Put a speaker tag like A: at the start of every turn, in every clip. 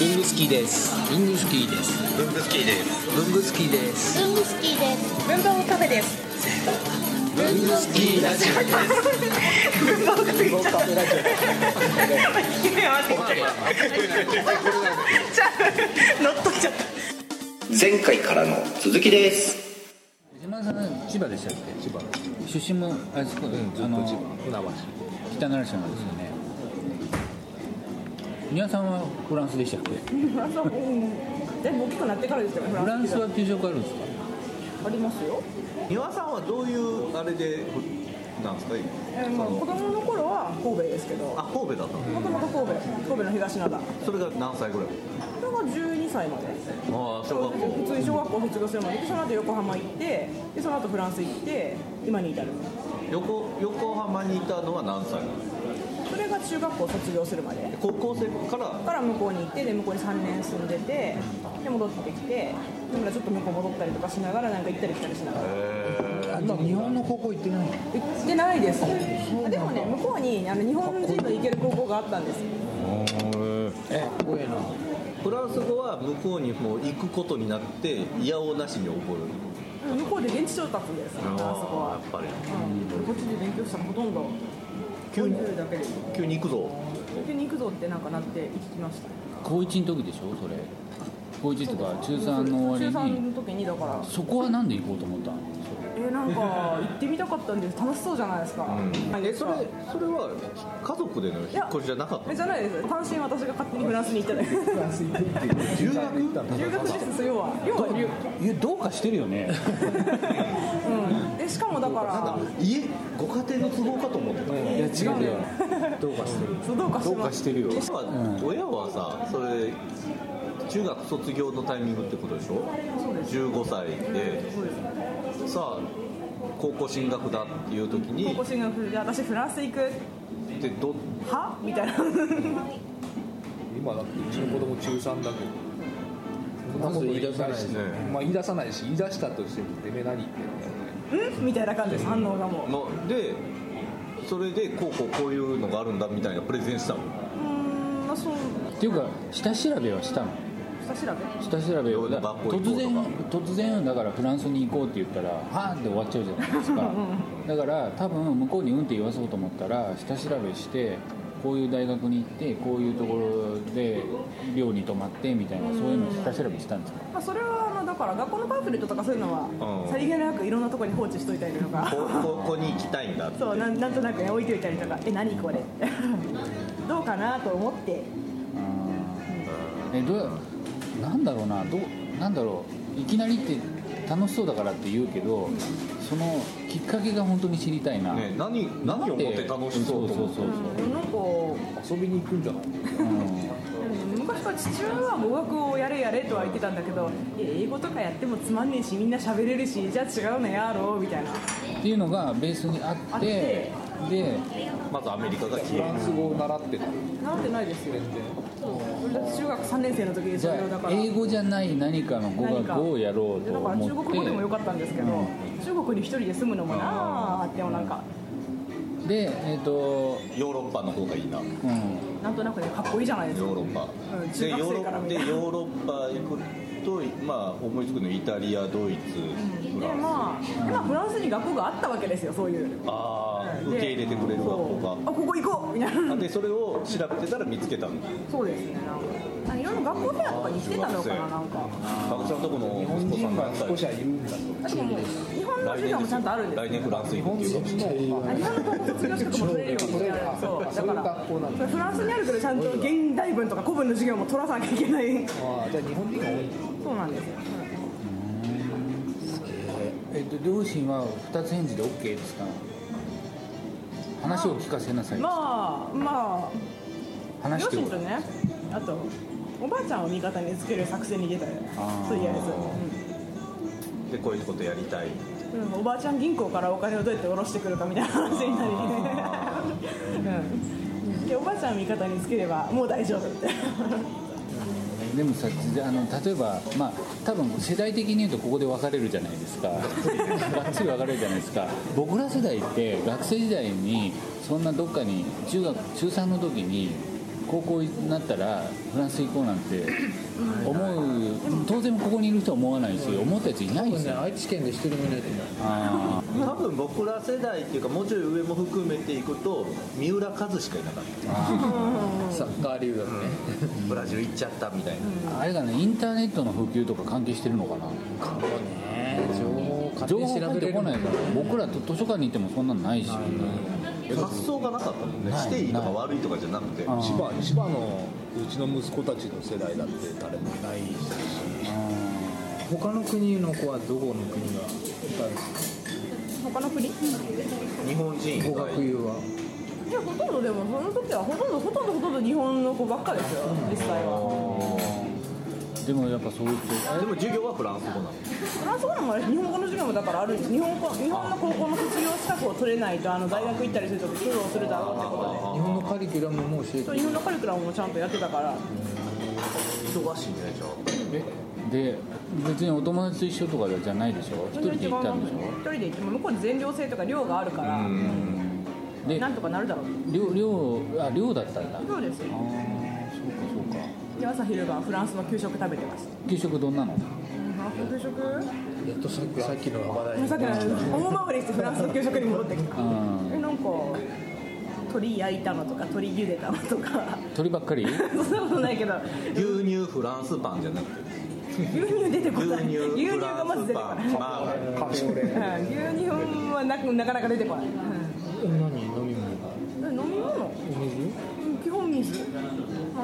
A: リングスキーですリングスキーです
B: 文具好きです
A: 文具スキーです
C: 文具スキーです。
D: 文房具カフェです。
A: 文具スキーラジオ
D: 文房具カフェ言っちゃった。じゃあ乗っ取っちゃった。
E: 前回からの続きです
F: 島田さん千葉でしたっけ千葉出身もあれそこ、あの
B: 船
F: 北成島ですよね丹羽さんはフランスでしたっけフ
D: でも大きくなってからですよね。フ
F: ランス
D: は
F: は球場があるんですか
D: ありますよ。
B: 橋庭さんはどういうあれでふなんですか今
D: えー、まあ子供の頃は神戸ですけど、
B: あ神戸だったの
D: もともと神戸、神戸の東灘。そ
B: それが何歳ぐらい
D: れが12歳まで。
B: ああ小学校
D: 普通に小学校卒業するまででその後横浜行ってでその後フランス行って今に至る
B: 横横浜にいたのは何歳なの
D: それが中学校卒業するまで
B: 高校生から
D: から向こうに行ってで向こうに3年住んでてで戻ってきてでまたちょっと向こう戻ったりとかしながらなんか行ったり来たりしながら
F: 日本の高校行ってない
D: 行ってないですでもね向こうにあの日本人の行ける高校があったんです
F: え怖えな
B: フランス語は向こうにもう行くことになって嫌おうなしに覚え
D: 向こうで現地調達です
B: る
D: あそこは
B: やっぱり
D: うんこっちで勉強したらほとんど
B: 急に
D: 覚えるだけで東
B: 急に行くぞ
D: 京に行くぞってなんかなって行きました
F: 高1の時でしょそれ高1とか中3の終
D: 中
F: わり
D: 3
F: に
D: の時にだから
F: そこはなんで行こうと思ったの
D: えーなんか行ってみたかったんです楽しそうじゃないですか、はい
B: えそれそれは家族での引っ越しじゃなかった
D: えじゃないです単身私が勝手にフランスに行っただけ
B: 留学
D: 留学です要は要は留
F: いやどうかしてるよね
D: うんえしかもだから
B: 家ご家庭の都合かと思ってた
A: いや違うよどうかしてる
D: そうどうかし
A: どうか
D: ます
A: してるよ
B: えそうは親はさそれ中学卒業のタイミングってことでしょ15歳でさあ高校進学だっていう時
D: 高
B: に
D: 校進学で私フランス行く
B: でど
D: はみたいな
A: 今だってうちの子供中3だけどそんなこと言い出さないし、
B: ね
A: まあ、言い出さないし言い出したとしてもてめえ何言ってんだよ
D: んみたいな感じです反応がもう
B: のでそれでこうこうこういうのがあるんだみたいなプレゼンしたの
D: うーんまあそ う
F: っていうか下調べはしたの
D: 下調べ
F: 下調べを
B: どういう
F: だ
B: 学校行こうとか
F: 突然突然だからフランスに行こうって言ったらはあって終わっちゃうじゃないですかだから多分向こうにうんって言わそうと思ったら下調べしてこういう大学に行ってこういうところで寮に泊まってみたいなそういうの下調べしたんですか
D: まあ、それはあのだから学校のパンフレットとかそういうの
B: うん
D: はさりげなくいろんなところに放置しといたりとか
B: こうこうここに行きたいんだって
D: そうなんなんとなくね置いといたりとかえ何これ どうかなと思って
F: えどうなんだろうなどうなんだろういきなりって楽しそうだからって言うけどそのきっかけが本当に知りたいな、
B: ね何何を思って楽しそうと思
F: そうそうそうそう
D: なんか
A: 遊びに行くんじゃない
D: 昔から父親は語学をやれやれとは言ってたんだけどいや英語とかやってもつまんねえしみんな喋れるしじゃあ違うのやろうみたいな
F: っていうのがベースにあって
D: あって
F: で
B: まずアメリカが
A: フ
B: 消え
A: ランス語を習ってた
D: なってないですよ俺だって中学3年生の時に
F: じ
D: そ
F: ゃ
D: れをだ
F: あ
D: から
F: 英語じゃない何かの語
D: 何か
F: 学をやろう
D: で
F: と
D: だから中
F: 思
D: 国語でもよ
F: っ
D: かったんですけど、中国に一人で住むのもなあってもなんか
F: てでえっ、と、
B: るヨーロッパの方がいいなヨ
F: うん、
D: なんとなくねかっこいいじゃないですか
B: ーロッパ
D: うん
B: で
D: 中
B: ヨ
D: 学
B: ーロ
D: 生から
B: ッ
D: 見
B: で
D: た
B: ヨーロッパ行くとまあ思いつくのイタリアドイツフ
D: で
B: ランス
D: まあ、でまあフランスに学校があったわけですよそういう
B: ああ
D: で
B: 受け入れてくれる学校が
D: そうあここ行こうみたいな
B: あでそれを調べてたら見つけたの
D: そうですねなんかあいろんな学校フェアとかに行ってたのかななんか
B: 学者のとこの
A: 日本
B: 息子さ
A: 人
B: ん
A: が
B: 何
A: 少し
B: 歳
A: はいるんだと
D: しかも日本の
B: 来
D: 授業
B: 年
D: も
B: で
D: ち
B: す
D: ゃんとあるんです
B: 来年フランス行く
A: 日
B: っ
A: 本
B: ていうか
A: 人の、まあ
D: あ日本の高校卒業資格も取れるようにしてあるそうだ
A: そうい
D: か
A: う
D: ら
A: 学校なんだ
D: フランスにあるけどちゃんと現代文とか古文の授業も取らさなきゃいけない
A: ああじゃあ日本人が多いんだ
D: そうなんですよ
F: えっと両親は二つ返事で OK って言ったの話を聞かせなさい、
D: まあまあ
F: 話し
D: 両
F: て
D: 親
F: ご
D: と
F: らん
D: ねあとおばあちゃんを味方につける作戦に出たよ
F: あー
D: とりあえず
B: でこういうことやりたい
D: うんうんおばあちゃん銀行からお金をどうやって下ろしてくるかみたいな話になり、うん、でおばあちゃんを味方につければもう大丈夫って
F: でもさじゃああの例えばまあ多分世代的に言うとここで分かれるじゃないですか ばっちり分かれるじゃないですか僕ら世代って学生時代にそんなどっかに中学中3の時に高校になったらフランス行こうなんて思う当然ここにいる人は思わないし思ったやついないです
A: ね
F: よ
A: 愛知県で一人もいないと思う
F: あ
B: 多分僕ら世代っていうかもうちょい上も含めていくと三浦和しかいなかっ
A: サッカー留学ね、
B: た、ブラジル行っちゃったみたいな、
F: ーあれだねインターネットの普及とか関係してるのかな
A: かもね情報を勝
F: 情
A: 手
F: 報
A: に調
F: 入っ
A: べ
F: て
A: れ
F: こ
A: る
F: ないから僕らと図書館に行ってもそんなのないし
B: 発想がなかったもんね
F: ない
B: していいとか悪いとかじゃなくて
F: あー
A: 千葉千葉のうちの息子たちの世代だって誰もないし他の国の子はどこの国が
D: 他の国い
B: 日本人以
A: 語
B: 外
A: 学友は
D: やほとんどでもその時はほとんどほとんどほとんど日本の子ばっかですよ実際は
F: でもやっぱそういう人
B: でも授業はフランス語なの
D: フランス語でもあれ日本語の授業もだからあるんです日本語日本の高校の卒業資格を取れないとあの大学行ったりすると苦労するだろうってことで
A: 日本のカリキュラムも教え
D: そう日本のカリキュラムもちゃんとやってたから
B: 忙しいねじゃ
F: で別にお友達と一緒とかじゃないでしょ一人で行ったんでし
D: 一人で行っても向こうに全寮制とか寮があるから
F: ょで
D: なんとかなるだろう
F: 寮寮あ寮だったんだあ
D: 寮ですよ
F: あそうかそうか
D: で朝昼晩フランスの給食食べてました
F: 給食どんなの
D: フランスの給食
A: てやっとさっきさっきの話題
D: さっきの大回りしてフランスの給食に戻ってきた
F: うん
D: えなんか鶏焼いたのとか鶏茹でたのとか
F: 鳥ばっかり
D: そんなことないけど
B: 牛乳フランスパンじゃなくて
D: 牛乳出てこない
B: 牛乳
D: 牛乳
B: フラ
D: がま
B: ン
D: ず
B: ス
D: 出てこ
B: パ
D: な
B: ン
D: い
B: マーガリン
A: カフェオレ
D: うん牛乳はなくなかなか出てこない、うん
A: 何飲み物が
D: 飲み物
A: お水
D: 基本水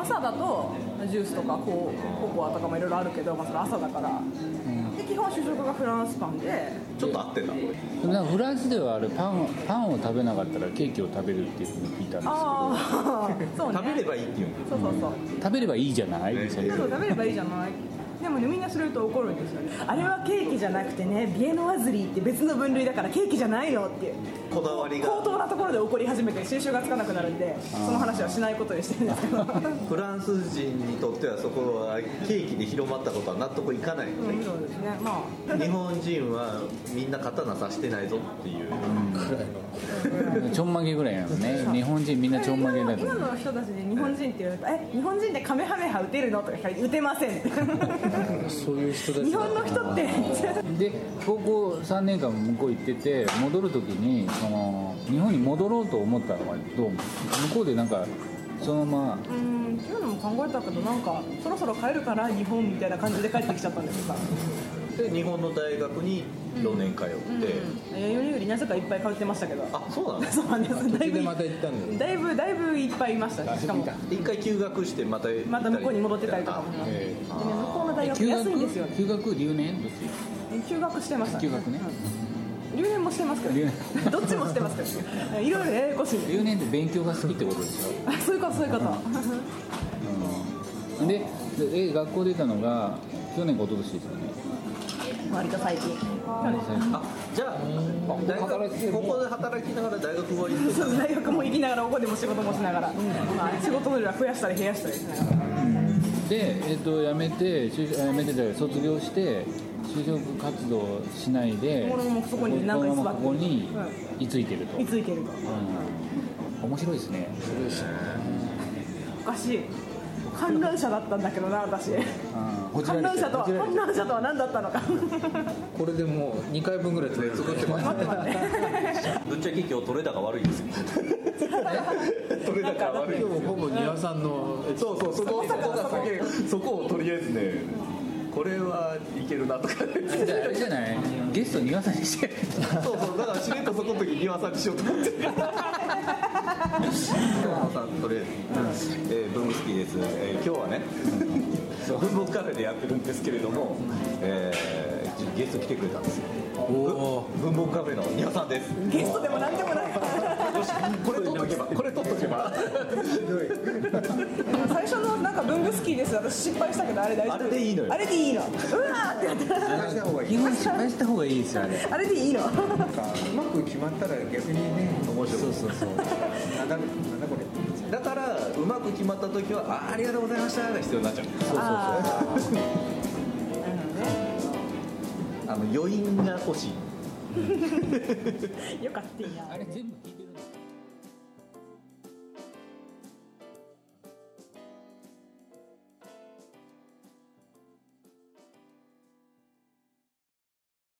D: 朝だとジュースとかコココアとかもいろいろあるけど、まあ、それ朝だから、で基本主食がフランスパンで
B: ちょっと合って
F: で
B: た
F: もなんかフランスではあれパンパンを食べなかったらケーキを食べるっていうふうに聞いたんです
D: ああ そうね
B: 食べればいいっていう
D: そうそうそう
F: けど食べればいいじゃないみたい
D: そう
F: な
D: そう食べればいいじゃないでもねみんなそれ言うと怒るんですよねあれはケーキじゃなくてねビエノワズリーって別の分類だからケーキじゃないのっていう
B: こだわりが
D: 高等なところで怒り始めて収集がつかなくなるんでその話はしないことにしてるんですけどそう
B: フランス人にとってはそこはケーキで広まったことは納得いかないよね
D: ですねまあ
B: 日本人はみんな刀刺してないぞっていう
F: ちょんまげぐらいなのね日本人みんなちょんまげだと
D: 今の人たちで日本人って言うと「え日本人でカメハメハ打てるの?」とか聞かれて「打てません」って
A: そういう人た
D: 日
A: ち
D: 本の人って
F: で高校3年間向こう行ってて戻る時にその日本に戻ろうと思ったのはどう向こうでなんかそのま
D: うーんそういうのも考えたけどなんかそろそろ帰るから日本みたいな感じで帰ってきちゃったんですか
B: で日本の大学に4年通って、
D: えよりよりなぜかいっぱい通ってましたけど
B: あそうなの
D: そうなんですだい
A: で
D: ぶ
A: また行ったんだ
D: だ
A: よ
D: いぶだいぶいっぱいいましたしかも
B: 一回休学してまた行ったり
D: また向こうに戻ってたりとかもでね
A: え
D: 向こうの大
F: あ
D: 学安いんですよね
F: 休学留年どっ
D: 休学してました
F: ち休学ね
D: 留年もしてますけど
F: 留
D: ね どっちもしてますけどいろいろややこしい
F: 留年って勉強が好きってことでしょ
D: あそういうことそういうこと
F: ででえ学校出たのが去年か一昨年ですよね
D: 割と最近
B: あじゃあ大学ここで働きながら大学は行って
D: そう大学も行きながらここでも仕事もしながら、まあ、仕事の量は増やしたり増やしたりしながら
F: で、えっと辞めて就職あ辞めてじゃない卒業して就職活動しないで
D: このままそこになんか居座
F: こ
D: って
F: のままここに
D: う
F: 居ついてると、
D: 居ついてると
F: うん面白いです ね
D: おかしい観覧車だったんだけどな私
F: うんほじら
D: 観
F: れ
D: 覧
F: て
D: 車と
F: ほ
D: は
F: じられ
D: 観覧車とは何だったのか
A: これでもう2回分ぐらい取れる
B: 作ってます
D: 待って待って
B: ぶっちゃけ今日取れ高悪い ですよ取れ高悪い
A: 今日ほぼ丹羽さんの
B: そうそうそこそこが先そこをとりあえずねこれはいけるなとか
F: じゃああれじゃないゲストに岩さんにして
B: そうそうだからしれっとそこの時に輪さんにしようと思って今日さんとりあえず、えー、文具好きです、えー、今日はね文房具カフェでやってるんですけれども、えー、ゲスト来てくれたんですよ文房具カフェの丹羽さんです
D: ゲストでも何でもない
B: これ取っとけばこれ取っとけば
D: 最初のなんか文具スキーです私失敗したけどあれ大丈夫
B: あれでいいのよ
D: あれでいいのうわーってやって
F: 基本失敗した方がいいですよあれ
D: あれでいいの
C: うまく決まったら逆にね
B: 面白い
C: なんだなんだこれ
B: だからうまく決まった時はあーありがとうございましたが必要になっちゃう
D: あ
B: あの余韻が欲しい
D: あよかったいいな
F: あれ全部